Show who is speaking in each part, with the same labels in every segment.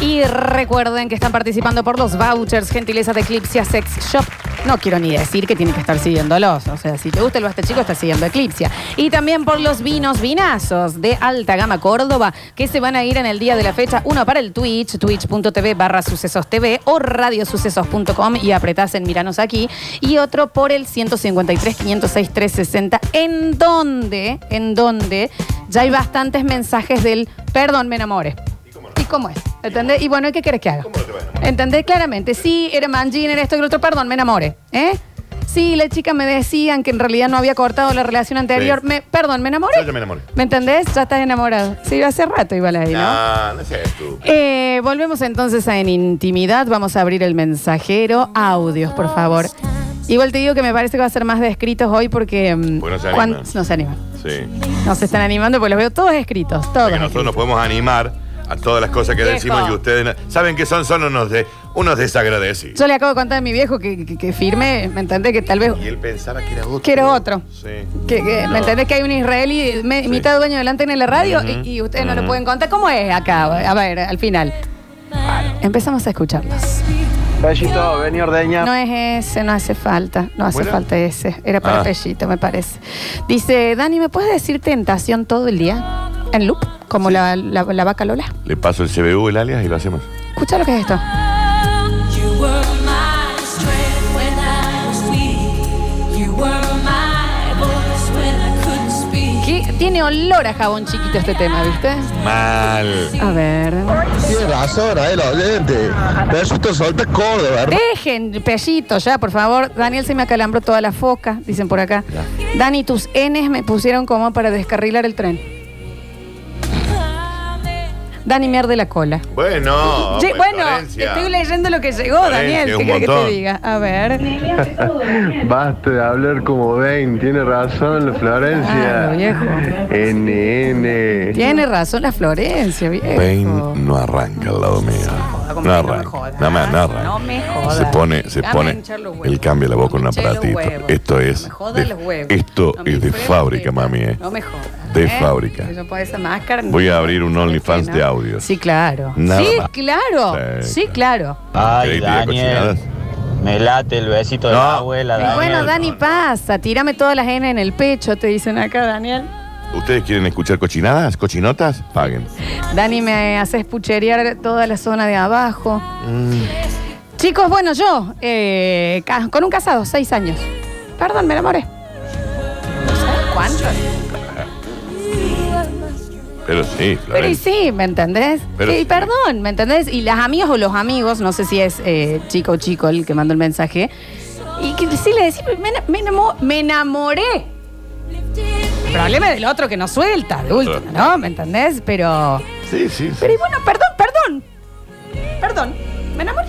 Speaker 1: Y recuerden que están participando por los vouchers, gentileza de Eclipsia Sex Shop. No quiero ni decir que tienen que estar siguiéndolos. O sea, si te gusta el Basta Chico, estás siguiendo Eclipsia. Y también por los vinos vinazos de Alta Gama Córdoba, que se van a ir en el día de la fecha. Uno para el Twitch, twitch.tv barra sucesos TV o radiosucesos.com y apretás en Miranos aquí. Y otro por el 153 506 360, en donde, en donde ya hay bastantes mensajes del perdón, me enamoré. ¿Y cómo es? ¿Entendés? Y bueno, ¿qué querés que haga?
Speaker 2: ¿Cómo no te vas a enamorar?
Speaker 1: ¿Entendés? Claramente. Sí, era mangín, era esto y lo otro. Perdón, me enamoré. ¿Eh? Sí, la chica me decían que en realidad no había cortado la relación anterior.
Speaker 2: Sí.
Speaker 1: Me, perdón, me enamoré.
Speaker 2: Yo ya me enamoré.
Speaker 1: ¿Me entendés? Ya estás enamorado. Sí, hace rato igual ahí, ¿no?
Speaker 2: Ah, No, no seas tú.
Speaker 1: Eh, volvemos entonces a En Intimidad. Vamos a abrir el mensajero. Audios, por favor. Igual te digo que me parece que va a ser más de escritos hoy porque... mm,
Speaker 2: Porque no se
Speaker 1: cuan-
Speaker 2: animan.
Speaker 1: no se animan.
Speaker 2: Sí.
Speaker 1: No se están animando porque los veo todos escritos. Todos.
Speaker 2: Porque nosotros nos podemos animar a todas las cosas que
Speaker 1: Viejo.
Speaker 2: decimos y ustedes no- saben que son solo unos, de, unos desagradecidos.
Speaker 1: Yo le acabo de contar a mi viejo que, que- que firme, ¿me entendés? Que tal vez...
Speaker 2: Y él pensaba que era otro.
Speaker 1: Que era otro.
Speaker 2: Sí.
Speaker 1: Que, que- ¿Me entendés que hay un israelí me-
Speaker 2: Sí.
Speaker 1: mitad dueño delante en la radio y, y ustedes no lo
Speaker 2: Ujú.
Speaker 1: pueden contar? ¿Cómo es acá? A ver, al final. Empezamos a escucharlos.
Speaker 3: Pellito, vení ordeña.
Speaker 1: No es ese, no hace falta. No hace
Speaker 2: Bueno.
Speaker 1: falta ese. Era para
Speaker 2: Ah.
Speaker 1: Pellito, me parece. Dice, Dani, ¿me puedes decir tentación todo el día? En loop, como la, la- la vaca Lola.
Speaker 2: Le paso el CBU, el alias, y lo hacemos.
Speaker 1: Escucha lo que es esto.
Speaker 4: You were my strength when I was weak. You were my voice when I couldn't speak.
Speaker 1: Que tiene olor a jabón chiquito este tema, ¿viste?
Speaker 2: Mal.
Speaker 1: A ver.
Speaker 5: Tiene razón, ahí los oyente. Pero eso te solta Córdoba, hermano.
Speaker 1: Dejen, Pellito, ya, por favor. Daniel se me acalambró toda la foca, dicen por acá. Dani, tus Ns me pusieron como para descarrilar el tren. Dani, mierde la cola.
Speaker 2: Bueno.
Speaker 1: Ye-
Speaker 2: pues,
Speaker 1: bueno,
Speaker 2: Florencia.
Speaker 1: estoy leyendo lo que llegó,
Speaker 2: Florencia,
Speaker 1: Daniel. ¿Qué
Speaker 2: un
Speaker 1: querés que te
Speaker 2: montón.
Speaker 1: diga? A ver.
Speaker 3: Basta de hablar como Ben, tiene razón Florencia.
Speaker 1: Claro, viejo.
Speaker 3: NN.
Speaker 1: Tiene razón la Florencia, viejo.
Speaker 2: Pain no arranca al lado mío.
Speaker 1: Como
Speaker 2: No
Speaker 1: que me
Speaker 2: arranca.
Speaker 1: jodas.
Speaker 2: Nada más, no
Speaker 1: No
Speaker 2: arranca.
Speaker 1: me jodas.
Speaker 2: Se pone, se
Speaker 1: Dame a
Speaker 2: pone.
Speaker 1: hinchar los huevos.
Speaker 2: Él cambia la voz con un
Speaker 1: No me hinché los
Speaker 2: aparatito.
Speaker 1: huevos.
Speaker 2: Esto
Speaker 1: No me
Speaker 2: es.
Speaker 1: jodas los
Speaker 2: de-
Speaker 1: huevos.
Speaker 2: Esto
Speaker 1: No me
Speaker 2: es de
Speaker 1: fregues,
Speaker 2: fábrica,
Speaker 1: eh.
Speaker 2: mami, eh.
Speaker 1: No me jodas.
Speaker 2: De
Speaker 1: eh.
Speaker 2: fábrica.
Speaker 1: Yo puedo esa máscara.
Speaker 2: Voy a abrir un
Speaker 1: No,
Speaker 2: OnlyFans
Speaker 1: no.
Speaker 2: de audios.
Speaker 1: Sí, claro.
Speaker 2: Nada
Speaker 1: sí,
Speaker 2: más.
Speaker 1: claro.
Speaker 2: Sí,
Speaker 1: Sí, claro.
Speaker 6: Ay,
Speaker 2: ¿Querés que diga
Speaker 6: Daniel. Me late el besito de
Speaker 2: No.
Speaker 6: la abuela,
Speaker 1: Y
Speaker 6: Daniel.
Speaker 1: bueno, Dani, pasa. Tírame todas las N en el pecho, te dicen acá, Daniel.
Speaker 2: ¿Ustedes quieren escuchar cochinadas, cochinotas? Paguen.
Speaker 1: Dani, me haces pucherear toda la zona de abajo. Chicos, bueno, yo, eh, ca- con un casado, seis años. Perdón, me enamoré. ¿Sabes cuánto?
Speaker 2: Pero sí,
Speaker 1: Pero y
Speaker 2: Florencia.
Speaker 1: sí, ¿me entendés?
Speaker 2: Pero
Speaker 1: Sí,
Speaker 2: sí.
Speaker 1: perdón, ¿me entendés? Y las amigas o los amigos, no sé si es eh, chico o chico el que mandó el mensaje, y que sí le decís, me, ena- me enamo- me enamoré. El problema es del otro que no suelta, de último, ¿no? ¿Me entendés? Pero.
Speaker 2: Sí, sí. sí.
Speaker 1: Pero y bueno, perdón, perdón. Perdón, me enamoré.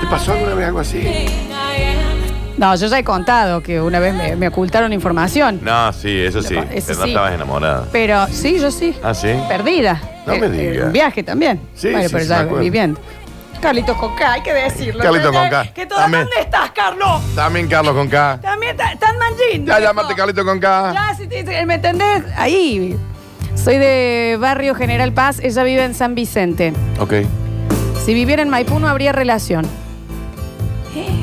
Speaker 2: ¿Te pasó alguna vez algo así?
Speaker 1: No, yo ya he contado que una vez me, me ocultaron información.
Speaker 2: No, sí, eso sí.
Speaker 1: Eso
Speaker 2: pero no
Speaker 1: sí.
Speaker 2: estabas enamorada.
Speaker 1: Pero sí, yo sí.
Speaker 2: Ah, sí.
Speaker 1: Perdida.
Speaker 2: No me
Speaker 1: Eh, eh,
Speaker 2: digas.
Speaker 1: Un viaje también.
Speaker 2: Sí,
Speaker 1: bueno,
Speaker 2: sí,
Speaker 1: pero
Speaker 2: sí, me
Speaker 1: ya
Speaker 2: acuerdo.
Speaker 1: viviendo. Carlitos con K, hay que decirlo.
Speaker 2: Carlitos
Speaker 1: Que-
Speaker 2: con K.
Speaker 1: Que todo,
Speaker 2: Amén.
Speaker 1: ¿Dónde estás, Carlos?
Speaker 2: También Carlos con K.
Speaker 1: También ta- están manjín.
Speaker 2: Ya
Speaker 1: viejo.
Speaker 2: llámate Carlito con K.
Speaker 1: Ya, si te dicen, ¿me entendés? Ahí. Soy de Barrio General Paz, ella vive en San Vicente.
Speaker 2: Ok.
Speaker 1: Si viviera en Maipú no habría relación. Eh.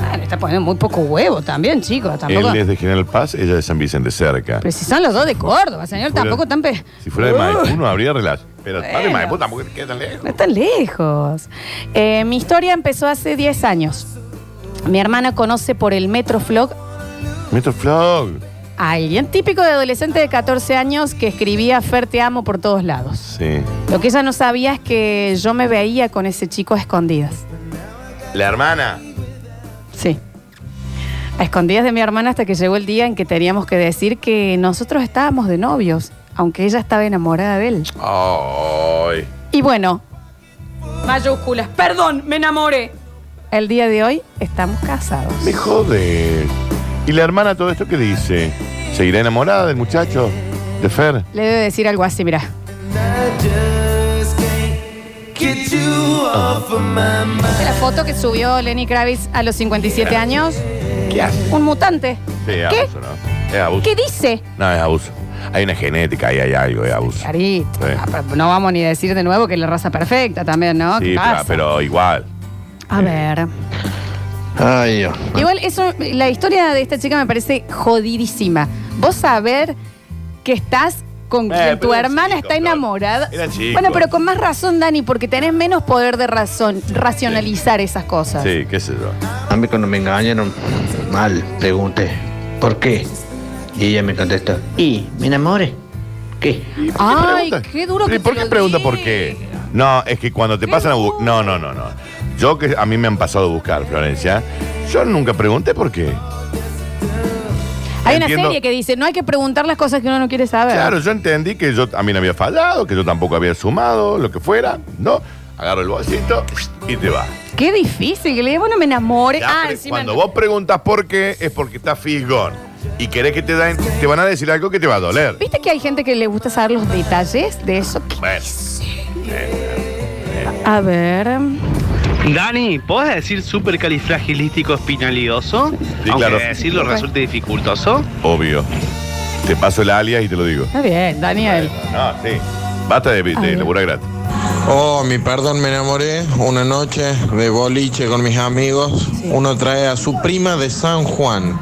Speaker 1: Ah, le está poniendo muy poco huevo también, chicos. Tampoco.
Speaker 2: Él es de General Paz, ella de San Vicente, cerca.
Speaker 1: Pero si son los dos de Córdoba, señor,
Speaker 2: fuera-
Speaker 1: tampoco tan... pe-
Speaker 2: Si fuera de
Speaker 1: Uh,
Speaker 2: Maipú, no habría relación. Pero está de
Speaker 1: Bueno.
Speaker 2: Maipú tampoco te queda tan lejos.
Speaker 1: No tan lejos. Eh, mi historia empezó hace 10 años. Mi hermana conoce por el Metroflog
Speaker 2: Metro Flog.
Speaker 1: a alguien típico de adolescente de 14 años que escribía Fer te amo por todos lados.
Speaker 2: Sí.
Speaker 1: Lo que ella no sabía es que yo me veía con ese chico a escondidas.
Speaker 2: La hermana.
Speaker 1: Sí. A escondidas de mi hermana hasta que llegó el día en que teníamos que decir que nosotros estábamos de novios, aunque ella estaba enamorada de él.
Speaker 2: Ay.
Speaker 1: Y bueno. Mayúsculas, perdón, me enamoré. El día de hoy estamos casados.
Speaker 2: Me jode. ¿Y la hermana todo esto qué dice? ¿Seguirá enamorada del muchacho? ¿De Fer?
Speaker 1: Le debe decir algo así, mira. La foto que subió Lenny Kravitz a los 57 años,
Speaker 2: ¿Qué hace?
Speaker 1: un mutante.
Speaker 2: Sí, es
Speaker 1: ¿Qué?
Speaker 2: abuso, ¿no? Es abuso.
Speaker 1: ¿Qué dice?
Speaker 2: No, es abuso. Hay una genética, ahí hay algo de abuso.
Speaker 1: Clarito.
Speaker 2: Sí.
Speaker 1: Ah, pero No vamos ni a decir de nuevo que es la raza perfecta también, ¿no?
Speaker 2: Sí,
Speaker 1: ¿Qué
Speaker 2: pero,
Speaker 1: pasa?
Speaker 2: pero igual.
Speaker 1: A ver.
Speaker 5: Ay, Dios.
Speaker 1: Igual, eso, la historia de esta chica me parece jodidísima. Vos saber que estás con
Speaker 2: Eh,
Speaker 1: quien
Speaker 2: pero
Speaker 1: tu
Speaker 2: era
Speaker 1: hermana
Speaker 2: chico,
Speaker 1: está
Speaker 2: Flor.
Speaker 1: enamorada.
Speaker 2: Era chico.
Speaker 1: Bueno, pero con más razón, Dani, porque tenés menos poder de razón, racionalizar esas cosas.
Speaker 2: Sí, qué sé yo.
Speaker 5: A mí cuando me engañaron mal, pregunté, ¿por qué? Y ella me contestó, y me enamoré. ¿Qué?
Speaker 2: ¿Y por qué
Speaker 1: Ay,
Speaker 2: pregunta?
Speaker 1: qué duro
Speaker 2: ¿Y
Speaker 1: que
Speaker 2: por
Speaker 1: te
Speaker 2: qué
Speaker 1: lo
Speaker 2: pregunta
Speaker 1: diga.
Speaker 2: por qué? No, es que cuando te
Speaker 1: Qué
Speaker 2: pasan a
Speaker 1: duro.
Speaker 2: buscar. No, no, no, no. Yo que a mí me han pasado a buscar, Florencia. Yo nunca pregunté por qué.
Speaker 1: Hay una
Speaker 2: Entiendo.
Speaker 1: serie que dice, no hay que preguntar las cosas que uno no quiere saber.
Speaker 2: Claro, yo entendí que yo también había fallado, que yo tampoco había sumado, lo que fuera, ¿no? Agarro el bolsito y te va.
Speaker 1: Qué difícil, que le digo, bueno, me enamoré.
Speaker 2: Ya,
Speaker 1: ah,
Speaker 2: pero
Speaker 1: encima
Speaker 2: cuando
Speaker 1: no.
Speaker 2: vos preguntas por qué, es porque estás fisgón. Y querés que te den, te van a decir algo que te va a doler.
Speaker 1: ¿Viste que hay gente que le gusta saber los detalles de eso? ¿Qué?
Speaker 2: Bueno,
Speaker 1: A ver.
Speaker 7: Dani, ¿podés decir supercalifragilístico espinalidoso?
Speaker 2: Sí,
Speaker 7: Aunque
Speaker 2: claro.
Speaker 7: decirlo resulte dificultoso.
Speaker 2: obvio. Te paso el alias y te lo digo.
Speaker 1: Está bien, Daniel.
Speaker 2: No, sí. Basta de,
Speaker 1: A
Speaker 2: de
Speaker 1: ver.
Speaker 2: laburar gratis.
Speaker 8: Oh, mi perdón, me enamoré una noche de boliche con mis amigos. Uno trae a su prima de San Juan.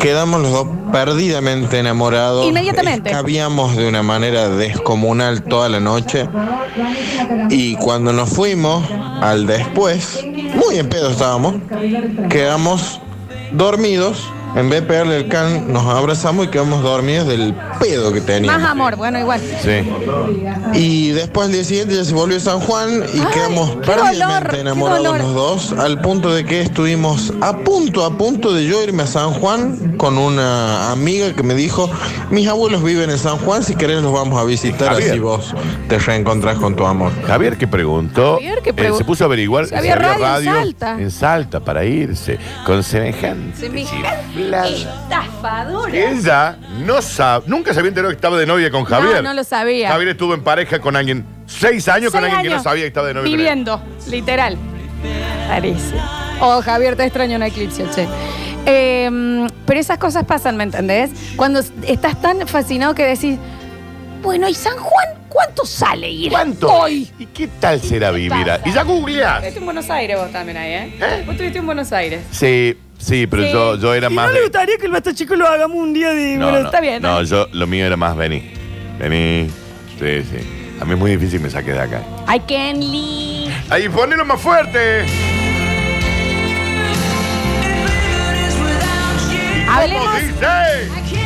Speaker 8: Quedamos los dos perdidamente enamorados.
Speaker 1: Inmediatamente.
Speaker 8: Escabiamos de una manera descomunal toda la noche. Y cuando nos fuimos al después, muy en pedo estábamos, quedamos dormidos. En vez de pegarle el can, nos abrazamos y quedamos dormidos del pedo que teníamos.
Speaker 1: Más amor, bueno, igual.
Speaker 2: Sí.
Speaker 8: Y después al día siguiente ya se volvió a San Juan y
Speaker 1: Ah. Ay,
Speaker 8: quedamos
Speaker 1: qué dolor, qué
Speaker 8: perdidamente enamorados
Speaker 1: dolor.
Speaker 8: los dos, al punto de que estuvimos a punto, a punto de yo irme a San Juan con una amiga que me dijo, mis abuelos viven en San Juan, si querés los vamos a visitar,
Speaker 2: Javier.
Speaker 8: así vos te reencontrás con tu amor.
Speaker 2: Javier que preguntó,
Speaker 1: Javier que
Speaker 2: eh,
Speaker 1: pregun-
Speaker 2: se puso a averiguar
Speaker 1: Si había radio en Salta.
Speaker 2: en Salta para irse con semejante. chiflada.
Speaker 1: Estafadora.
Speaker 2: Ella no sabe, nunca se había enterado que estaba de novia con Javier.
Speaker 1: no lo sabía.
Speaker 2: Javier estuvo en pareja con alguien, seis años con
Speaker 1: Seis
Speaker 2: alguien que no
Speaker 1: años
Speaker 2: sabía que estaba de novia. con él.
Speaker 1: Viviendo, literal. Parece. Oh, Javier, te extraño un eclipse, che. Eh, pero esas cosas pasan, ¿me entendés? Cuando s- estás tan fascinado que decís, bueno, ¿y San Juan cuánto sale ir?
Speaker 2: ¿Cuánto?
Speaker 1: Hoy.
Speaker 2: ¿Y qué tal será vivir? a-
Speaker 1: pasa?
Speaker 2: Y ya googleás.
Speaker 1: Estuviste en Buenos Aires vos también ahí, ¿eh?
Speaker 2: ¿Eh?
Speaker 1: Vos estuviste en Buenos Aires.
Speaker 2: Sí, sí, pero Yo, yo era más. de-
Speaker 1: gustaría que el basta chico lo hagamos un día de.
Speaker 2: No, no, No, yo lo mío era más vení. Vení. Sí, sí. A mí es muy difícil que me saque de acá.
Speaker 1: I can leave.
Speaker 2: Ahí ponelo más fuerte.
Speaker 1: Hablemos.
Speaker 2: Dice.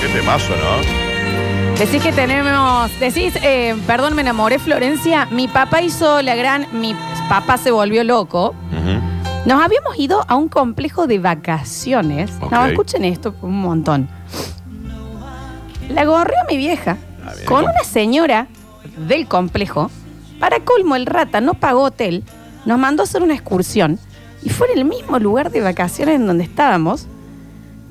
Speaker 2: Qué temazo, ¿no?
Speaker 1: Decís que tenemos. Decís, eh, perdón, me enamoré, Florencia. Mi papá hizo la gran. Mi papá se volvió loco. Nos habíamos ido a un complejo de vacaciones.
Speaker 2: Ok.
Speaker 1: No, escuchen esto un montón. La gorreó mi vieja
Speaker 2: Ah, bien.
Speaker 1: con una señora del complejo. Para colmo, el rata no pagó hotel, nos mandó a hacer una excursión y fue en el mismo lugar de vacaciones en donde estábamos.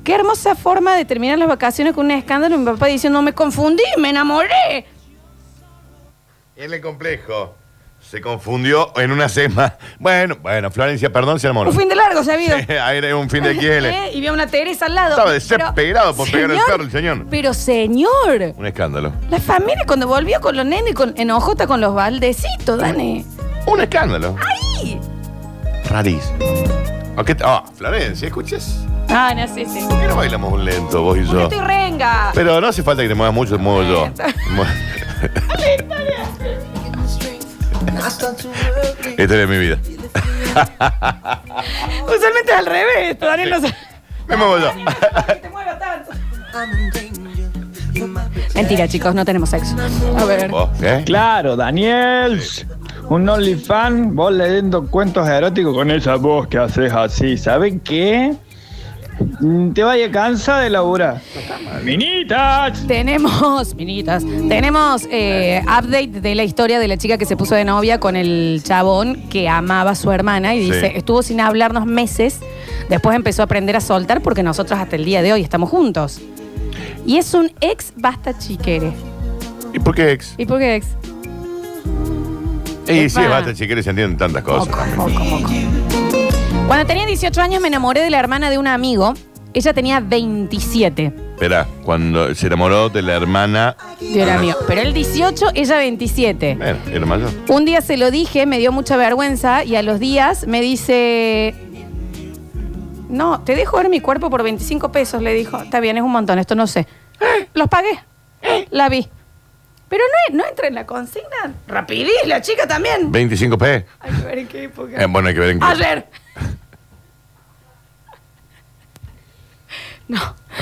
Speaker 1: Qué hermosa forma de terminar las vacaciones con un escándalo. Mi papá diciendo, me confundí, me enamoré.
Speaker 2: En el complejo. Se confundió en una sema. Bueno, bueno, Florencia, perdón, se enamoró.
Speaker 1: Un fin de largo se ha habido.
Speaker 2: Ahí era un fin de QL.
Speaker 1: Eh, Y vi a una Teresa al lado.
Speaker 2: Estaba
Speaker 1: desesperado
Speaker 2: desesperado por pegar el perro, el señor.
Speaker 1: Pero señor,
Speaker 2: Un escándalo.
Speaker 1: la familia cuando volvió con los nenes, con, en Ojota con los baldecitos, Dani.
Speaker 2: Un escándalo. Rariz. ¿O qué t- Ah, Florencia, escuches.
Speaker 1: Ah, no, sí, sí.
Speaker 2: ¿Por qué no bailamos un lento vos y
Speaker 1: Porque
Speaker 2: yo?
Speaker 1: estoy renga.
Speaker 2: Pero no hace falta que te muevas mucho, muevo yo. Esta es mi vida.
Speaker 1: Usualmente es al revés, esto, Dani no sabe.
Speaker 2: Me muevo yo.
Speaker 1: Mentira, chicos, no tenemos sexo. A ver.
Speaker 2: ¿Vos? ¿Eh?
Speaker 9: Claro, Daniel. Un OnlyFans, vos leyendo cuentos eróticos con esa voz que haces así. ¿Sabes qué? Mm, Te vaya cansa de laburar. ¡Minitas!
Speaker 1: Tenemos, minitas, tenemos eh, update de la historia de la chica que se puso de novia con el chabón que amaba a su hermana y
Speaker 2: Sí.
Speaker 1: dice, estuvo sin hablarnos meses, después empezó a aprender a soltar porque nosotros hasta el día de hoy estamos juntos. Y es un ex basta chiquere.
Speaker 2: ¿Y por qué ex?
Speaker 1: ¿Y por qué ex?
Speaker 2: Y sí,
Speaker 1: Epa.
Speaker 2: basta, chiqueres, se entienden tantas cosas.
Speaker 1: Moco, moco, moco. Cuando tenía 18 años me enamoré de la hermana de un amigo Ella tenía 27.
Speaker 2: Espera, cuando se enamoró de la hermana.
Speaker 1: Dios mío. Pero él 18, ella 27.
Speaker 2: Bueno, era mayor.
Speaker 1: Un día se lo dije, me dio mucha vergüenza y a los días me dice, no, te dejo ver mi cuerpo por 25 pesos, le dijo, está bien, es un montón, esto no sé. Los pagué, la vi. Pero no, no entra en la consigna, rapidís, la chica también.
Speaker 2: 25p.
Speaker 1: Hay que ver en qué época.
Speaker 2: Eh, bueno, hay que ver en qué.
Speaker 1: Ayer. No,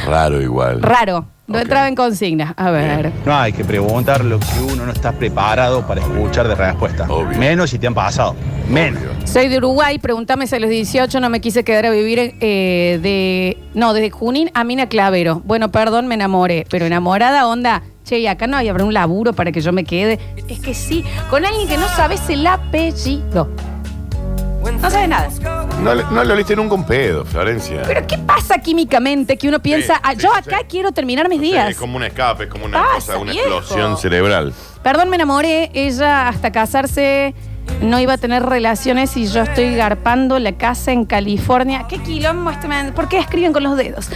Speaker 2: Raro igual.
Speaker 1: raro, no
Speaker 2: Ok.
Speaker 1: entraba en consigna. A ver.
Speaker 10: No hay que preguntar lo que uno no está preparado para escuchar de respuesta.
Speaker 2: Obvio.
Speaker 10: Menos si te han pasado. Menos.
Speaker 1: Soy de Uruguay, pregúntame si a los 18 no me quise quedar a vivir eh, de. No, desde Junín a Mina Clavero. Bueno, perdón, me enamoré, pero enamorada, onda. Che, y acá no hay, habrá un laburo para que yo me quede. Es que sí, con alguien que no sabes el apellido. No sabes nada.
Speaker 2: No, le- no le oliste nunca un pedo, Florencia.
Speaker 1: Pero ¿qué pasa químicamente que uno piensa,
Speaker 2: Sí,
Speaker 1: ah,
Speaker 2: sí,
Speaker 1: yo
Speaker 2: sí,
Speaker 1: acá
Speaker 2: sí.
Speaker 1: quiero terminar mis
Speaker 2: Sí,
Speaker 1: días?
Speaker 2: Es como un escape, es como una,
Speaker 1: Pasa,
Speaker 2: cosa, una
Speaker 1: viejo.
Speaker 2: explosión cerebral.
Speaker 1: Perdón, me enamoré. Ella hasta casarse no iba a tener relaciones y yo estoy garpando la casa en California. ¿Qué quilombo este man? ¿Por qué escriben con los dedos?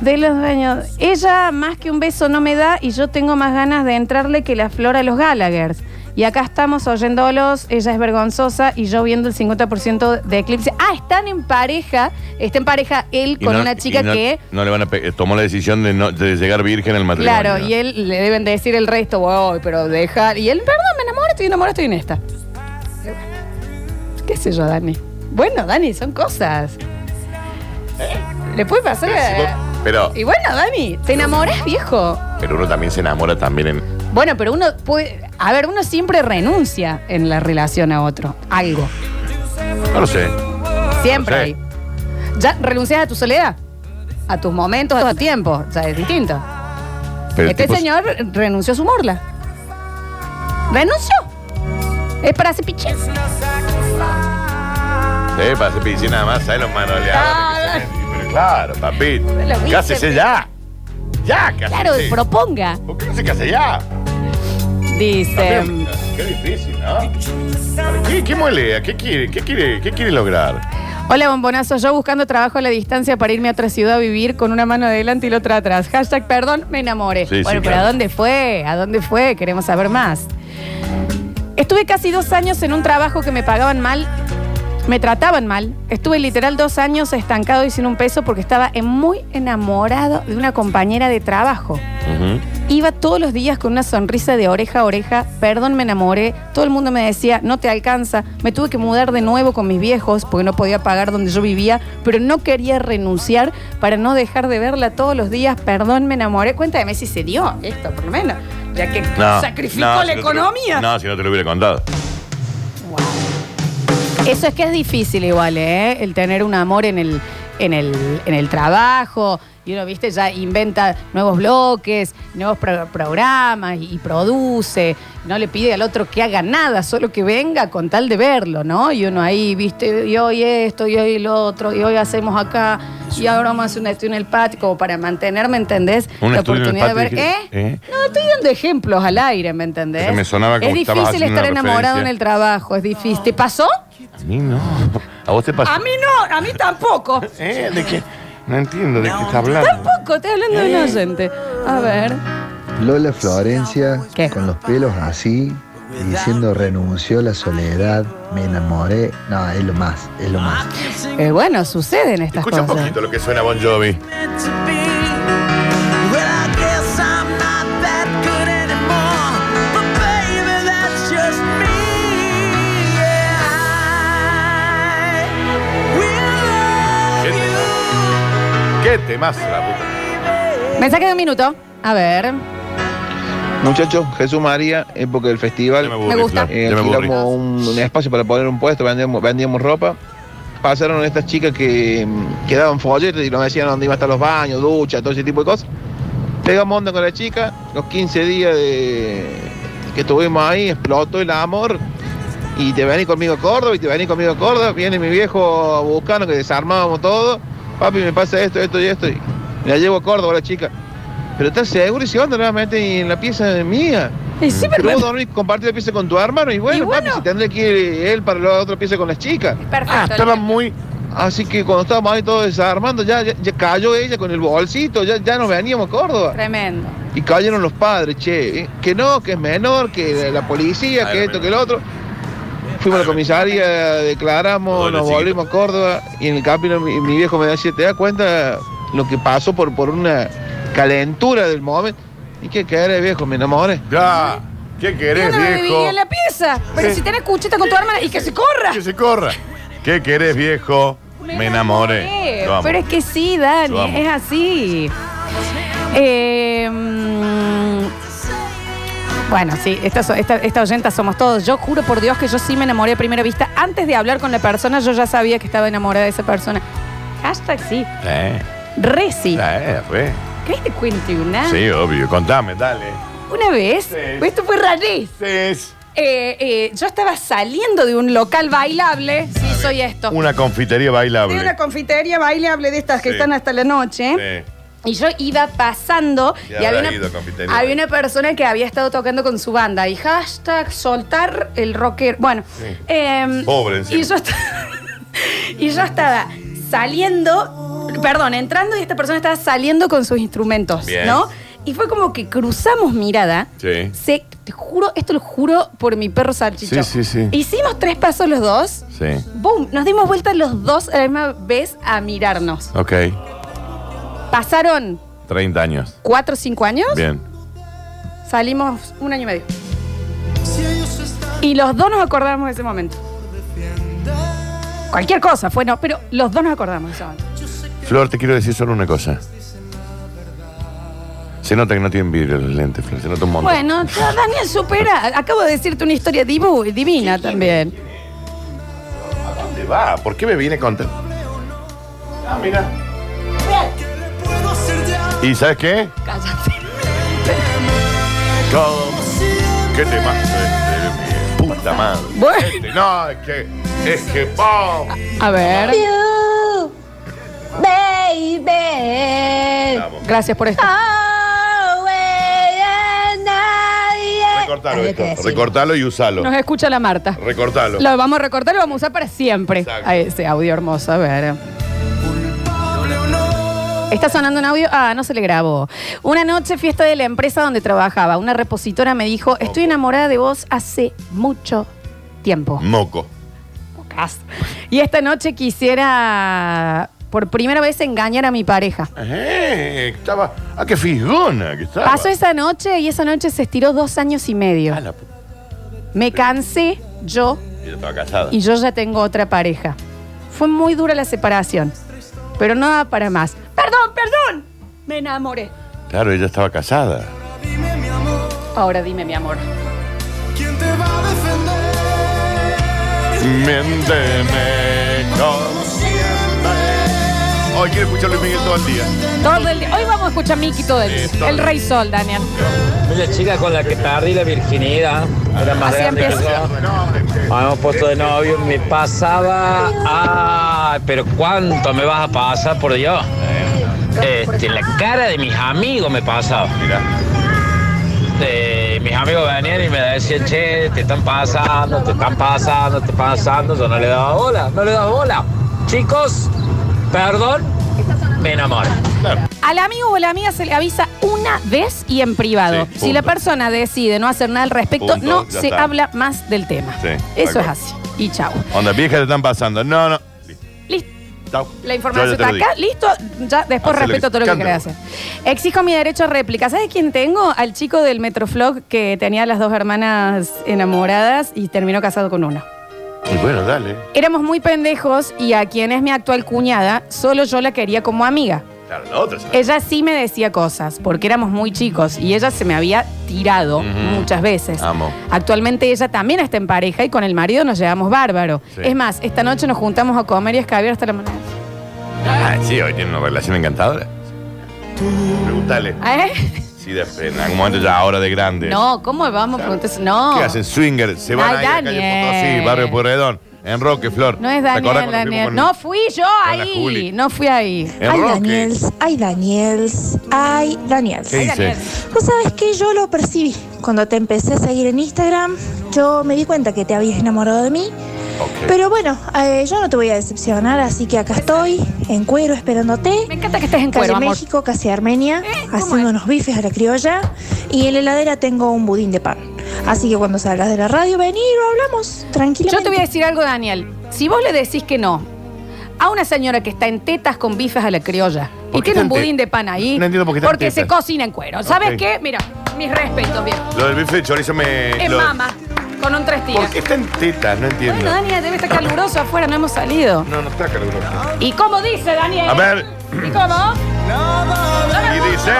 Speaker 1: De los dueños. Ella más que un beso no me da y yo tengo más ganas de entrarle que la flor a los Gallagher. Y acá estamos oyéndolos, ella es vergonzosa y yo viendo el 50% de eclipse. Ah, están en pareja, está en pareja él
Speaker 2: Y
Speaker 1: con
Speaker 2: no-
Speaker 1: una chica
Speaker 2: y no-
Speaker 1: que...
Speaker 2: No le van a pe- eh, tomó la decisión de, no- de llegar virgen al matrimonio.
Speaker 1: Claro, y él le deben decir el resto, wow, pero dejar. Y él, perdón, me enamoré, estoy enamorado, estoy en esta. ¿Qué sé yo, Dani? Bueno, Dani, son cosas. Eh, Le puede pasar.
Speaker 2: Pero, si vos-
Speaker 1: a-
Speaker 2: pero,
Speaker 1: Y bueno, Dani, te enamorás, viejo.
Speaker 2: pero uno también se enamora también en.
Speaker 1: Bueno, pero uno puede. A ver, uno siempre renuncia en la relación a otro. Algo.
Speaker 2: No lo sé.
Speaker 1: Siempre
Speaker 2: Sí.
Speaker 1: hay. ¿Ya renuncias a tu soledad? A tus momentos, a tu tiempo. O sea, es distinto.
Speaker 2: Pero
Speaker 1: este
Speaker 2: tipo-
Speaker 1: señor renunció a su morla. ¿Renunció? Es para hacer piché.
Speaker 2: Sí, para hacer piscina nada más, ¿sabes los manoleados?
Speaker 1: Ah,
Speaker 2: que se meten? Pero claro, papito.
Speaker 1: Lo viste,
Speaker 2: Cásese
Speaker 1: pero-
Speaker 2: ya. Ya, cásese.
Speaker 1: Claro, proponga.
Speaker 2: ¿Por qué no se casa ya?
Speaker 1: Dice.
Speaker 2: También, Qué difícil, ¿no? ¿Qué, qué molea? ¿Qué quiere? ¿Qué quiere? ¿Qué quiere lograr?
Speaker 1: Hola, bombonazos. Yo buscando trabajo a la distancia para irme a otra ciudad a vivir con una mano adelante y la otra atrás. Hashtag perdón, me enamoré.
Speaker 2: Sí, sí,
Speaker 1: bueno, pero
Speaker 2: claro.
Speaker 1: ¿a dónde fue? ¿A dónde fue? Queremos saber más. Estuve casi dos años en un trabajo que me pagaban mal, me trataban mal. Estuve literal dos años estancado y sin un peso porque estaba en- muy enamorado de una compañera de trabajo.
Speaker 2: Ujú.
Speaker 1: Iba todos los días con una sonrisa de oreja a oreja, perdón, me enamoré, todo el mundo me decía, no te alcanza, me tuve que mudar de nuevo con mis viejos porque no podía pagar donde yo vivía, pero no quería renunciar para no dejar de verla todos los días, perdón, me enamoré. Cuéntame si se dio esto, por lo menos, ya que
Speaker 2: No,
Speaker 1: sacrificó
Speaker 2: no,
Speaker 1: la
Speaker 2: si no te lo-
Speaker 1: economía.
Speaker 2: no, si no te lo hubiera contado.
Speaker 1: Eso es que es difícil igual, ¿eh? El tener un amor en el, en el, en el trabajo. Y uno, viste, ya inventa nuevos bloques, nuevos pro- programas y, y produce. No le pide al otro que haga nada, solo que venga con tal de verlo, ¿no? Y uno ahí, viste, y hoy esto, y hoy lo otro, y hoy hacemos acá, y ahora vamos a hacer un estudio en el patio, como para mantenerme, ¿entendés?
Speaker 2: Un
Speaker 1: La
Speaker 2: estudio en el
Speaker 1: oportunidad de ver.
Speaker 2: patio,
Speaker 1: ¿Eh?
Speaker 2: dijiste, ¿eh?
Speaker 1: No, estoy dando ejemplos al aire, ¿me entendés?
Speaker 2: Pero me sonaba como
Speaker 1: es
Speaker 2: que estabas
Speaker 1: difícil
Speaker 2: haciendo
Speaker 1: estar
Speaker 2: una
Speaker 1: enamorado en
Speaker 2: referencia.
Speaker 1: el trabajo, es difícil. ¿Te pasó?
Speaker 2: A mí no. ¿A vos te pasó?
Speaker 1: A mí no, a mí tampoco.
Speaker 2: ¿Eh? ¿De qué? No entiendo de qué está hablando.
Speaker 1: Tampoco, estoy hablando de un oyente. A ver.
Speaker 5: Lola Florencia,
Speaker 1: ¿Qué?
Speaker 5: con los pelos así, diciendo renunció a la soledad, me enamoré. No, es lo más, es lo más.
Speaker 1: Eh, bueno, suceden estas
Speaker 2: Escucha un
Speaker 1: cosas.
Speaker 2: poquito lo que suena Bon Jovi. ¿Qué temas la puta?
Speaker 1: Mensaje de un minuto. A ver.
Speaker 10: Muchachos, Jesús María, época del festival.
Speaker 2: Ya me aburrí,
Speaker 1: Me gusta.
Speaker 2: Flor,
Speaker 10: Eh,
Speaker 2: ya me aburrí.
Speaker 10: alquilamos un, un espacio para poner un puesto, vendíamos, vendíamos ropa. Pasaron estas chicas que, mm, que daban folletos y nos decían dónde iban a estar los baños, duchas, todo ese tipo de cosas. Pegamos onda con la chica, los 15 días de, que estuvimos ahí, explotó el amor. Y te venís conmigo a Córdoba, y te venís conmigo a Córdoba, viene mi viejo a buscarnos, que desarmábamos todo. Papi, me pasa esto, esto y esto. Y me la llevo a Córdoba la chica. Pero estás seguro y si onda nuevamente en la pieza mía.
Speaker 1: Y sí,
Speaker 10: Pero
Speaker 1: pero
Speaker 10: vos dormís, compartís la pieza con tu hermano y bueno,
Speaker 1: Y bueno.
Speaker 10: papi, si tendré que ir él para la otra pieza con las chicas.
Speaker 1: Perfecto.
Speaker 2: Ah, estaba muy
Speaker 10: Así que cuando estábamos ahí todos desarmando, ya, ya, ya cayó ella con el bolsito, ya, ya nos veníamos a Córdoba.
Speaker 1: Tremendo.
Speaker 10: Y cayeron los padres, che, eh, que no, que es menor, que la, la policía, que esto, que el otro. Fuimos a la comisaría, declaramos, nos volvimos a Córdoba y en el camino mi, mi viejo me decía, ¿te das cuenta lo que pasó por, por una calentura del momento? ¿Y qué querés, viejo? Me enamoré.
Speaker 2: Ya, ¿qué
Speaker 1: Yo no me vivía en la pieza. Pero
Speaker 2: Sí.
Speaker 1: si tenés cucheta con tu hermana y que se corra.
Speaker 2: Que se corra. ¿Qué querés, viejo? Me, enamoré.
Speaker 1: Eh,
Speaker 2: Lo amo.
Speaker 1: Pero es que sí,
Speaker 2: Lo
Speaker 1: Dani,
Speaker 2: amo.
Speaker 1: es así. Eh, mm, bueno, sí, esta, so- esta, esta oyenta somos todos. Yo juro por Dios que yo sí me enamoré a primera vista. Antes de hablar con la persona, yo ya sabía que estaba enamorada de esa persona. Hashtag sí.
Speaker 2: Eh,
Speaker 1: Re sí.
Speaker 2: eh, re.
Speaker 1: ¿Crees que te cuente una?
Speaker 2: Sí, obvio. Contame, dale.
Speaker 1: Una vez, Pues esto fue rarísimo. Eh, eh, yo estaba saliendo de un local bailable. Sí, soy esto.
Speaker 2: Una confitería
Speaker 1: de una ¿Eh?
Speaker 2: bailable.
Speaker 1: confitería bailable de estas que
Speaker 2: Sí.
Speaker 1: están hasta la noche.
Speaker 2: Sí.
Speaker 1: Y yo iba pasando y,
Speaker 2: Ya
Speaker 1: había,
Speaker 2: habrás
Speaker 1: una,
Speaker 2: ido, confitería.
Speaker 1: había una persona que había estado tocando con su banda y hashtag soltar el rocker. Bueno,
Speaker 2: Sí.
Speaker 1: em,
Speaker 2: Pobre encima.
Speaker 1: y, yo estaba, y yo estaba saliendo, perdón, entrando y esta persona estaba saliendo con sus instrumentos,
Speaker 2: Bien.
Speaker 1: ¿no? Y fue como que cruzamos mirada.
Speaker 2: Sí.
Speaker 1: Se, te juro, esto lo juro por mi perro salchicho.
Speaker 2: Sí, sí, sí.
Speaker 1: Hicimos tres pasos los dos.
Speaker 2: Sí.
Speaker 1: ¡Boom! Nos dimos vuelta los dos a la misma vez a mirarnos.
Speaker 2: Ok.
Speaker 1: Pasaron
Speaker 2: 30 años.
Speaker 1: cuatro o cinco años.
Speaker 2: Bien.
Speaker 1: Salimos un año y medio. Y los dos nos acordamos de ese momento. Cualquier cosa fue, no, pero los dos nos acordamos de ese momento.
Speaker 2: Flor, te quiero decir solo una cosa. Se nota que no tienen vidrio los lentes, Flor. Se nota un montón.
Speaker 1: Bueno, ya, Daniel supera. Acabo de decirte una historia divu- divina también.
Speaker 2: ¿Dónde va? ¿Por qué me viene contando? Ah, mira. ¿Y sabes qué?
Speaker 1: Cállate.
Speaker 2: ¿Cómo? ¿Qué te pasa? Este, mi puta madre.
Speaker 1: Bueno.
Speaker 2: Este, no, es que. Es que. ¡pum!
Speaker 1: A ver.
Speaker 4: You, baby.
Speaker 2: Vamos.
Speaker 1: Gracias por esto.
Speaker 4: Always and I-
Speaker 2: Recortalo
Speaker 4: Había
Speaker 2: esto.
Speaker 4: que decirlo.
Speaker 2: Recortalo y usalo.
Speaker 1: Nos escucha la Marta.
Speaker 2: Recortalo.
Speaker 1: Lo vamos a recortar y lo vamos a usar para siempre.
Speaker 2: Exacto.
Speaker 1: A ese audio hermoso, a ver. Está sonando un audio. Ah, no se le grabó. Una noche, fiesta de la empresa donde trabajaba. Una repositora me dijo: Estoy enamorada de vos hace mucho tiempo.
Speaker 2: Moco.
Speaker 1: Pocas. Y esta noche quisiera por primera vez engañar a mi pareja.
Speaker 2: Eh, estaba. ¡Ah, qué fisgona que estaba!
Speaker 1: Pasó esa noche y esa noche se estiró dos años y medio.
Speaker 2: Ah, la puta.
Speaker 1: Me cansé yo
Speaker 2: Ella estaba casada.
Speaker 1: y yo ya tengo otra pareja. Fue muy dura la separación, pero no daba para más. Perdón, perdón, me enamoré.
Speaker 2: Claro, ella estaba casada.
Speaker 1: Ahora dime, mi amor.
Speaker 2: Miénteme como siempre. Hoy quiero escuchar a Luis Miguel todo el día.
Speaker 1: Todo el día- Hoy vamos a escuchar Miki todo el día.
Speaker 2: Sí, todo el
Speaker 1: El Rey Sol, Daniel.
Speaker 6: La chica con la que perdí la virginidad era más
Speaker 1: Así
Speaker 6: grande que
Speaker 1: empieza.
Speaker 6: yo. Habíamos puesto de novio, me pasaba. ¡Ay, pero cuánto me vas a pasar por Dios! Este, la cara de mis amigos me pasaba.
Speaker 2: Mira,
Speaker 6: Eh, mis amigos venían y me decían, che, te están pasando, te están pasando, te pasando. Yo no le daba bola, no le daba bola. Chicos, perdón, me enamoré.
Speaker 1: Al amigo o la amiga se le avisa una vez y en privado.
Speaker 2: Sí,
Speaker 1: si la
Speaker 2: punto.
Speaker 1: persona decide no hacer nada al respecto,
Speaker 2: Punto,
Speaker 1: no
Speaker 2: ya
Speaker 1: se
Speaker 2: está.
Speaker 1: habla más del tema.
Speaker 2: Sí,
Speaker 1: Eso
Speaker 2: de
Speaker 1: es
Speaker 2: acuerdo.
Speaker 1: así. Y chao.
Speaker 2: onda vieja te están pasando. No, no. Listo.
Speaker 1: Listo.
Speaker 2: Chau.
Speaker 1: La
Speaker 2: Yo
Speaker 1: información
Speaker 2: ya te
Speaker 1: está
Speaker 2: lo dije.
Speaker 1: acá, listo, ya después
Speaker 2: Hacé lo
Speaker 1: respeto
Speaker 2: que-
Speaker 1: todo lo que
Speaker 2: cántalo.
Speaker 1: quieras hacer. Exijo mi derecho a réplica. ¿Sabes quién tengo? Al chico del Metroflog que tenía a las dos hermanas enamoradas y terminó casado con una.
Speaker 2: Y bueno, dale.
Speaker 1: Éramos muy pendejos y a quien es mi actual cuñada, solo yo la quería como amiga.
Speaker 2: Claro, la otra. se-
Speaker 1: Ella sí me decía cosas, porque éramos muy chicos y ella se me había tirado
Speaker 2: Ujú. Ah.
Speaker 1: muchas veces.
Speaker 2: Amo.
Speaker 1: Actualmente ella también está en pareja y con el marido nos llevamos bárbaro.
Speaker 2: Sí.
Speaker 1: Es más, esta noche nos juntamos a comer y a escabiar hasta la mañana.
Speaker 2: Ah, sí, hoy tiene una relación encantadora. Pregúntale
Speaker 1: ¿Eh?
Speaker 2: si de, en algún momento ya ahora de grande.
Speaker 1: No, ¿cómo vamos a preguntar eso? No.
Speaker 2: Este, ¿Qué hacen? Swinger, se van
Speaker 1: Ay,
Speaker 2: a ir a calle
Speaker 1: Daniel.
Speaker 2: Potosí, barrio Pueyrredón, en Roque, Flor.
Speaker 1: No es
Speaker 2: ¿Te
Speaker 1: Daniel,
Speaker 2: acordás cuando fuimos
Speaker 1: Daniel.
Speaker 2: con-
Speaker 1: No fui yo
Speaker 2: la Juli?
Speaker 1: ahí. No fui ahí.
Speaker 2: En
Speaker 11: Ay,
Speaker 2: Roque.
Speaker 11: Daniels, ay, Daniels, ay, Daniels.
Speaker 2: ¿Qué dice?
Speaker 1: Daniel.
Speaker 11: Vos sabés que yo lo percibí. Cuando te empecé a seguir en Instagram, yo me di cuenta que te habías enamorado de mí Pero bueno, eh, yo no te voy a decepcionar, así que acá estoy, en cuero, esperándote. Me
Speaker 1: encanta que estés en
Speaker 11: Calle
Speaker 1: cuero, amor. Eh,
Speaker 11: México, casi Armenia, haciendo unos bifes a la criolla. Y en la heladera tengo un budín de pan. Así que cuando salgas de la radio, vení y lo hablamos, tranquilamente.
Speaker 1: Yo te voy a decir algo, Daniel. Si vos le decís que no a una señora que está en tetas con bifes a la criolla y
Speaker 2: qué
Speaker 1: tiene un
Speaker 2: tan te-
Speaker 1: budín de pan ahí,
Speaker 2: No entiendo por qué tan
Speaker 1: porque se
Speaker 2: tetas.
Speaker 1: cocina en cuero. ¿Sabes
Speaker 2: Ok.
Speaker 1: qué? Mira, mis respetos, bien.
Speaker 2: Lo del bife de chorizo me.
Speaker 1: Es
Speaker 2: lo-
Speaker 1: mama, con un tres tiras.
Speaker 2: Porque está en tetas, no entiendo.
Speaker 1: Bueno, Daniel, debe estar caluroso afuera, no hemos salido.
Speaker 2: No, no está caluroso.
Speaker 1: ¿Y cómo dice, Daniel?
Speaker 2: A ver.
Speaker 1: ¿Y cómo?
Speaker 2: Y dice.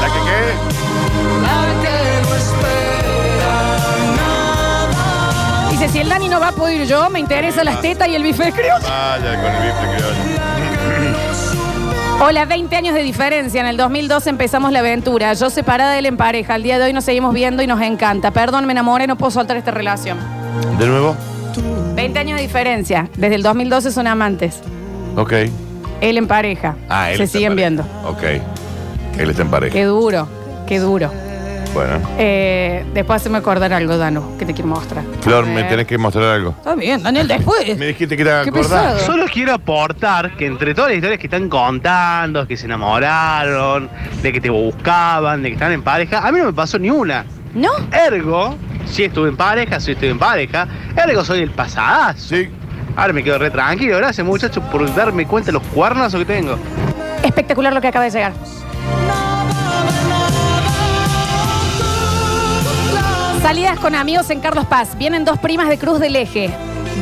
Speaker 2: ¿La que
Speaker 1: Dice, si el Dani no va a poder ir yo, me interesa
Speaker 2: Ah.
Speaker 1: las tetas y el bife de criolla.
Speaker 2: Vaya con el bife
Speaker 1: Hola, 20 años de diferencia. En el 2012 empezamos la aventura. Yo separada de él en pareja. Al día de hoy nos seguimos viendo y nos encanta. Perdón, me enamoré, no puedo soltar esta relación.
Speaker 2: criollo. ¿De nuevo?
Speaker 1: 20 años de diferencia. Desde el 2012 son amantes.
Speaker 2: Ok.
Speaker 1: Él en pareja.
Speaker 2: Ah, él
Speaker 1: Se
Speaker 2: está
Speaker 1: siguen
Speaker 2: en
Speaker 1: viendo.
Speaker 2: Ok. Él está en pareja.
Speaker 1: Qué duro, qué duro.
Speaker 2: Bueno.
Speaker 1: Eh, después haceme acordar algo, Danu, que te quiero mostrar.
Speaker 2: Flor,
Speaker 1: A
Speaker 2: me
Speaker 1: ver.
Speaker 2: tenés que mostrar algo.
Speaker 1: Está bien, Daniel, después.
Speaker 2: Me dijiste que era
Speaker 1: Qué pesado.
Speaker 7: Solo quiero aportar que entre todas las historias que están contando, que se enamoraron, de que te buscaban, de que están en pareja, a mí no me pasó ni una.
Speaker 1: ¿No?
Speaker 7: Ergo, si estuve en pareja, si estuve en pareja, ergo soy el pasadazo.
Speaker 2: Sí.
Speaker 7: Ahora me quedo re tranquilo. Gracias, muchachos, por darme cuenta de los cuernazos que tengo.
Speaker 1: Espectacular lo que acaba de llegar. Salidas con amigos en Carlos Paz. Vienen dos primas de Cruz del Eje.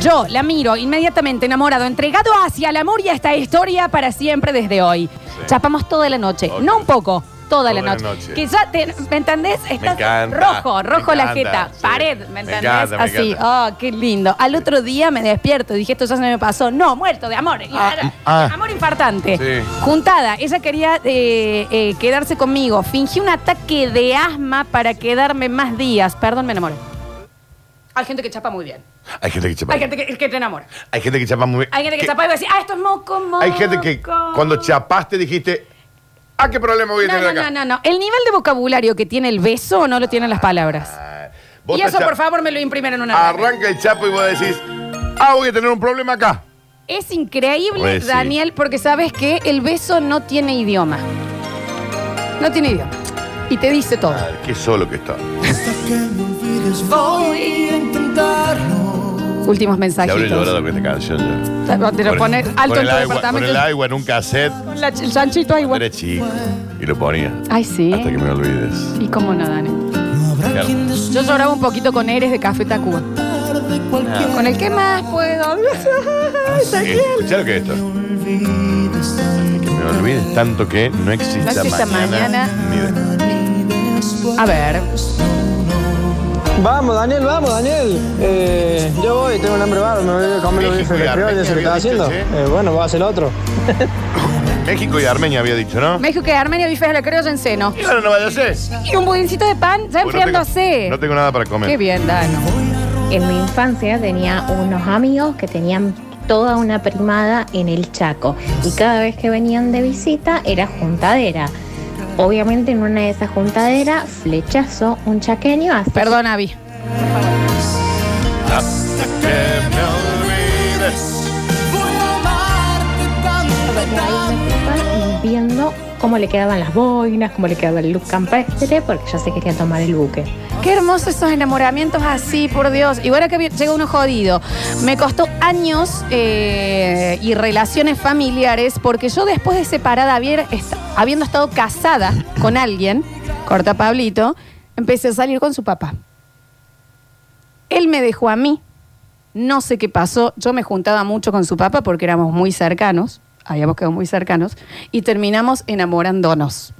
Speaker 1: Yo la miro inmediatamente enamorado, entregado hacia el amor y a esta historia para siempre desde hoy. Chapamos toda la noche, no un poco, toda, la, noche. Que ya, te, ¿me entendés? Estás
Speaker 2: encanta,
Speaker 1: rojo,
Speaker 2: me
Speaker 1: rojo la
Speaker 2: encanta,
Speaker 1: jeta,
Speaker 2: sí.
Speaker 1: pared, ¿me
Speaker 2: Me
Speaker 1: entendés?
Speaker 2: encanta, me
Speaker 1: Así, oh, qué lindo. Al otro día me despierto y dije, esto ya se me pasó. No, muerto de amor.
Speaker 2: ah.
Speaker 1: Amor infartante.
Speaker 2: Sí.
Speaker 1: Juntada, ella quería eh, eh, quedarse conmigo. Fingí un ataque de asma para quedarme más días. Perdón, me enamoré. Hay gente que chapa muy bien.
Speaker 2: Hay gente que chapa.
Speaker 1: Hay gente que, que te enamora.
Speaker 2: Hay gente que chapa muy bien.
Speaker 1: Hay gente que
Speaker 2: Que-
Speaker 1: chapa y va a decir, ah, esto es moco, moco.
Speaker 2: Hay gente que cuando chapaste dijiste, ah, qué problema voy a
Speaker 1: No,
Speaker 2: tener
Speaker 1: no,
Speaker 2: acá.
Speaker 1: no, no, no. El nivel de vocabulario que tiene el beso no lo tienen las palabras.
Speaker 2: Ah, Vos
Speaker 1: Y
Speaker 2: te
Speaker 1: eso,
Speaker 2: cha- Ah,
Speaker 1: por favor, me lo imprimen en una regla.
Speaker 2: Arranca el chapo y vos decís, ah, voy a tener un problema acá.
Speaker 1: Es increíble,
Speaker 2: Pues sí.
Speaker 1: Daniel, porque sabes que el beso no tiene idioma. No tiene idioma. Y te dice todo.
Speaker 2: Qué solo que está.
Speaker 1: Voy a intentarlo. Últimos
Speaker 2: Se habré
Speaker 1: mensajitos.
Speaker 2: llorado con esta canción ya.
Speaker 1: Te lo
Speaker 2: Con-
Speaker 1: pones
Speaker 2: con
Speaker 1: alto en
Speaker 2: el
Speaker 1: tu
Speaker 2: agua, Con
Speaker 1: departamento.
Speaker 2: el agua en un cassette.
Speaker 1: Con la- el chanchito ahí,
Speaker 2: Cuando
Speaker 1: bueno.
Speaker 2: era chico. Y lo ponía.
Speaker 1: Ay, Ah, sí.
Speaker 2: Hasta que me olvides.
Speaker 1: Y cómo no, Dani.
Speaker 2: Claro.
Speaker 1: Yo lloraba un poquito con Eres de Café Tacuba.
Speaker 2: Ah.
Speaker 1: Con el que más puedo.
Speaker 2: Sí, eh, Escuchá lo que es esto. Hasta que me olvides tanto que no
Speaker 1: No
Speaker 2: exista,
Speaker 1: exista mañana.
Speaker 2: ni de-
Speaker 1: A ver.
Speaker 12: Vamos, Daniel, vamos, Daniel. Eh, yo voy, tengo un hambre bárbaro, me voy a comer los bifes de
Speaker 2: México
Speaker 12: criolla,
Speaker 2: y
Speaker 12: ¿se lo
Speaker 2: Armenia,
Speaker 12: estás haciendo?
Speaker 2: ¿sí?
Speaker 12: Eh, bueno, va a hacer otro.
Speaker 2: México y Armenia había dicho, ¿no?
Speaker 1: Me dijo que Armenia bifes a la criolla en seno.
Speaker 2: Y ahora no vaya a ser.
Speaker 1: Y un budincito de pan ya
Speaker 2: Bueno, no,
Speaker 1: enfriándose.
Speaker 2: tengo, no tengo nada para comer.
Speaker 1: Qué bien, Dano.
Speaker 13: En mi infancia tenía unos amigos que tenían toda una primada en el Chaco y cada vez que venían de visita era juntadera. Obviamente en una de esas juntaderas, flechazo, un chaqueño hasta...
Speaker 1: Perdón, Avi.
Speaker 2: Hasta que me olvides.
Speaker 13: viendo cómo le quedaban las boinas, cómo le quedaba el look campestre, porque ya se quería tomar el buque.
Speaker 1: Qué hermosos esos enamoramientos así, por Dios. Igual que vi- llega uno jodido. Me costó años eh, y relaciones familiares porque yo después de separada, haber est- habiendo estado casada con alguien, corta Pablito, empecé a salir con su papá. Él me dejó a mí. No sé qué pasó. Yo me juntaba mucho con su papá porque éramos muy cercanos. Habíamos quedado muy cercanos. Y terminamos enamorándonos.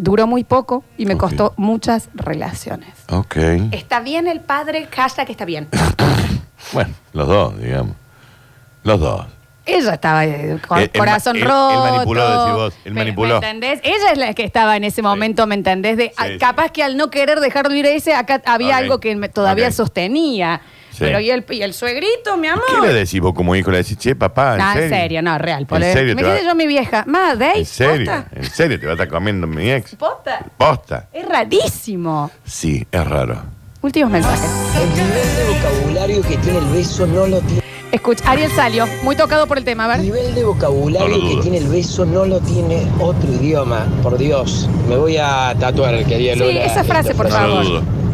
Speaker 1: Duró muy poco y me costó muchas relaciones.
Speaker 2: Ok.
Speaker 1: Está bien el padre, calla que está bien.
Speaker 2: Bueno, los dos, digamos. Los dos.
Speaker 1: Ella estaba eh, con
Speaker 2: El- el
Speaker 1: corazón
Speaker 2: ma- el- el
Speaker 1: roto.
Speaker 2: manipuló, decís vos, el
Speaker 1: Pero,
Speaker 2: manipuló.
Speaker 1: ¿Me entendés? Ella es la que estaba en ese momento, ¿me entendés? De, ah,
Speaker 2: sí.
Speaker 1: capaz que al no querer dejarlo ir a ese, acá había
Speaker 2: Ok.
Speaker 1: algo que me- todavía
Speaker 2: Ok.
Speaker 1: sostenía. Pero ¿y el, y el suegrito, mi amor?
Speaker 2: ¿Qué le decís vos como hijo? Le decís, che, papá, en
Speaker 1: Ah,
Speaker 2: serio.
Speaker 1: en serio, no, real.
Speaker 2: En
Speaker 1: pole.
Speaker 2: serio,
Speaker 1: me
Speaker 2: te va-
Speaker 1: quedé yo mi vieja. Ma, Dave,
Speaker 2: En serio,
Speaker 1: posta,
Speaker 2: en serio, te va a estar comiendo mi ex.
Speaker 1: posta.
Speaker 2: Posta.
Speaker 1: Es rarísimo.
Speaker 2: Sí, es raro.
Speaker 1: Últimos mensajes.
Speaker 14: vocabulario que tiene el beso no lo tiene.
Speaker 1: Escucha, Ariel salió, muy tocado por el tema, a ver.
Speaker 14: nivel de vocabulario que tiene el beso no lo tiene otro idioma. Por Dios, me voy a tatuar el querido
Speaker 1: Sí,
Speaker 14: Lola.
Speaker 1: esa frase, por
Speaker 14: Esta frase.
Speaker 1: favor. No lo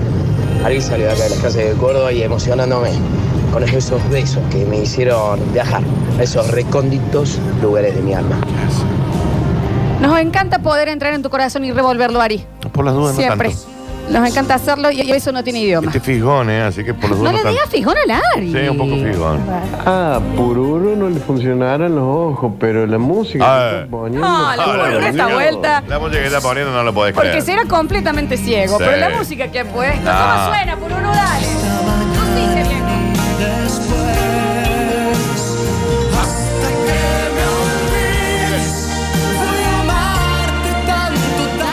Speaker 14: Alguien salió de acá de las casas de Córdoba y emocionándome con esos besos que me hicieron viajar a esos recónditos lugares de mi alma.
Speaker 1: Nos encanta poder entrar en tu corazón y revolverlo, Ari.
Speaker 2: Por las dudas,
Speaker 1: Siempre.
Speaker 2: no tanto.
Speaker 1: Nos encanta hacerlo y y eso no tiene idioma.
Speaker 2: Este es fijón, ¿eh? Así que por las
Speaker 1: No
Speaker 2: dudas.
Speaker 1: le
Speaker 2: tanto.
Speaker 1: digas fijón al Ari.
Speaker 2: Sí, un poco fijón.
Speaker 3: Ah, Pururu no le funcionaron los ojos, pero la música que está poniendo.
Speaker 1: No, Ah, la
Speaker 3: Pururu
Speaker 1: pururu esta vuelta.
Speaker 2: La música que está poniendo no lo podés
Speaker 1: Porque
Speaker 2: creer.
Speaker 1: será completamente ciego.
Speaker 2: Sí. Ah.
Speaker 1: Pero la música que ha puesto,
Speaker 2: No.
Speaker 1: ¿cómo suena? Por uno, dale. No dice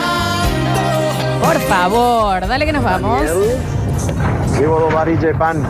Speaker 1: bien. Por favor, dale que nos vamos.
Speaker 15: Llevo dos varillas de pan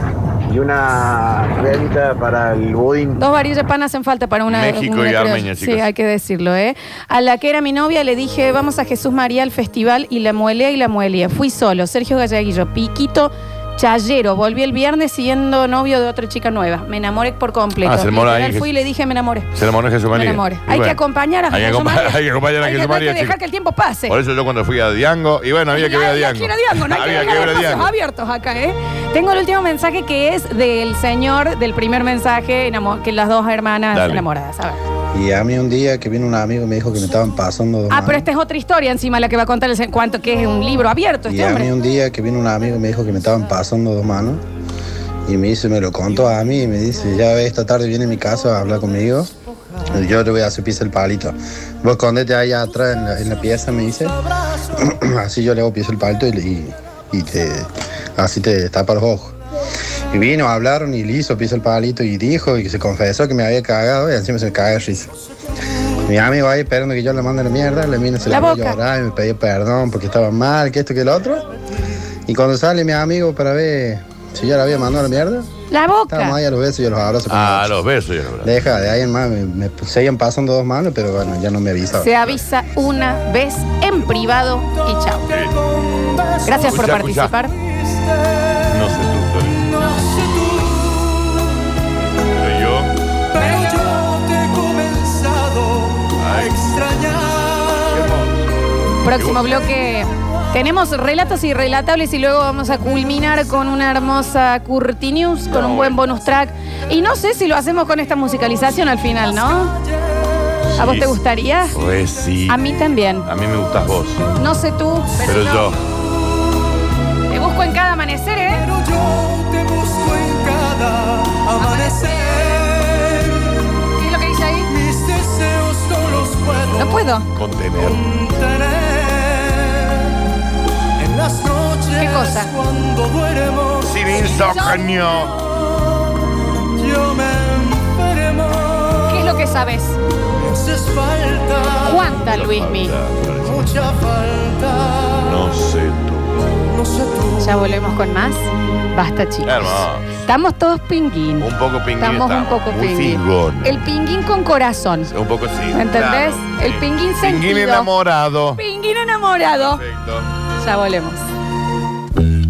Speaker 15: y una revista para el budín.
Speaker 1: Dos varillas de pan hacen falta para una.
Speaker 15: México
Speaker 1: una
Speaker 15: y
Speaker 1: creo-
Speaker 15: Armenia,
Speaker 1: Sí,
Speaker 15: chicos.
Speaker 1: hay que decirlo, ¿eh? A la que era mi novia le dije, vamos a Jesús María al festival y la muelea y la muelea. Fui solo, Sergio Gallaguillo, Piquito Chayero. Volví el viernes siguiendo novio de otra chica nueva. Me enamoré por completo.
Speaker 2: Ah, se enamoró
Speaker 1: Literal,
Speaker 2: ahí.
Speaker 1: Fui y le dije, me enamoré.
Speaker 2: Se enamoró de Jesús
Speaker 1: Me
Speaker 2: María.
Speaker 1: enamoré.
Speaker 2: Y
Speaker 1: Hay que
Speaker 2: bueno,
Speaker 1: acompañar a
Speaker 2: Hay que
Speaker 1: Jesús
Speaker 2: acompa-
Speaker 1: María.
Speaker 2: hay que acompañar a
Speaker 1: Hay que-
Speaker 2: Jesús
Speaker 1: no hay
Speaker 2: María,
Speaker 1: que dejar
Speaker 2: chicos.
Speaker 1: que el tiempo pase.
Speaker 2: Por eso yo cuando fui a Diango, y bueno, había que ver a Diango.
Speaker 1: Quiero Diango, no hay
Speaker 2: Había
Speaker 1: que
Speaker 2: que ver a
Speaker 1: dejar espacios
Speaker 2: Diango.
Speaker 1: abiertos acá, ¿eh? Tengo el último mensaje que es del señor del primer mensaje, enamo- que las dos hermanas
Speaker 10: Dale.
Speaker 1: enamoradas. A ver.
Speaker 10: Y a mí un día que vino un amigo y me dijo que me estaban pasando.
Speaker 1: Ah, pero esta es otra historia encima la que va a contar el se- cuánto que es un libro abierto
Speaker 10: Y
Speaker 1: este
Speaker 10: a mí
Speaker 1: hombre.
Speaker 10: un día que vino un amigo y me dijo que me estaban pasando dos manos. Y me dice, me lo contó a mí y me dice, ya ve, esta tarde viene a mi casa a hablar conmigo. Y yo le voy a hacer pisa el palito. Vos escondete ahí atrás en la, en la pieza, me dice. así yo le hago pisa el palito y, le- y- y te, así te tapa los ojos. Y vino, hablaron y le hizo pisa el palito y dijo y se confesó que me había cagado y encima se me caga de risa. Mi amigo ahí esperando que yo le mande la mierda, la mina se
Speaker 1: La
Speaker 10: la, voy a
Speaker 1: boca.
Speaker 10: llorar y me pedí perdón porque estaba mal, que esto, que lo otro. Y cuando sale mi amigo para ver si yo la había mandado a la mierda,
Speaker 1: La
Speaker 10: estábamos ahí
Speaker 1: boca.
Speaker 10: a los besos y a los abrazos.
Speaker 2: Ah, los besos y el abrazo.
Speaker 10: Deja, de ahí en más, me, me seguían pasando dos manos, pero bueno, ya no me avisaba.
Speaker 1: Se avisa una vez en privado y chao. Gracias por
Speaker 10: Escuchá, escuchá.
Speaker 1: participar.
Speaker 2: No sé tú, Flores, pero yo.
Speaker 4: Pero yo te he comenzado a extrañar.
Speaker 1: Próximo bloque. Tenemos relatos irrelatables y luego vamos a culminar con una hermosa Curti News, con un buen bonus track. Y no sé si lo hacemos con esta musicalización al final, ¿no? ¿A vos
Speaker 2: Sí.
Speaker 1: te gustaría?
Speaker 2: Pues sí.
Speaker 1: A mí también.
Speaker 2: A mí me gustas vos.
Speaker 1: No sé tú, pero,
Speaker 2: Pero
Speaker 1: no.
Speaker 2: yo.
Speaker 1: Te busco en cada amanecer, ¿eh?
Speaker 4: Pero yo te busco en cada amanecer.
Speaker 1: ¿Qué es lo que dice ahí?
Speaker 4: Mis deseos no los puedo.
Speaker 1: No puedo.
Speaker 2: Contener.
Speaker 4: contener. En las noches.
Speaker 1: ¿Qué cosa?
Speaker 4: Cuando duermo.
Speaker 2: Sin insomnio.
Speaker 4: Yo me enfermo.
Speaker 1: ¿Qué es lo que sabes?
Speaker 4: Haces falta.
Speaker 1: ¿Cuánta, Luismi?
Speaker 4: Mucha falta.
Speaker 2: No sé
Speaker 4: No sé tú.
Speaker 1: Ya volvemos con más. Basta, chicos.
Speaker 2: Hermoso.
Speaker 1: Estamos todos pinguín.
Speaker 2: Un poco pinguín
Speaker 1: Estamos un poco
Speaker 2: muy
Speaker 1: pinguín.
Speaker 2: fingón.
Speaker 1: El pinguín con corazón.
Speaker 2: Un poco sí.
Speaker 1: ¿Me entendés?
Speaker 2: claro.
Speaker 1: El pinguín sentido.
Speaker 2: Pinguín enamorado.
Speaker 1: Pinguín enamorado.
Speaker 2: Perfecto.
Speaker 1: Ya volvemos.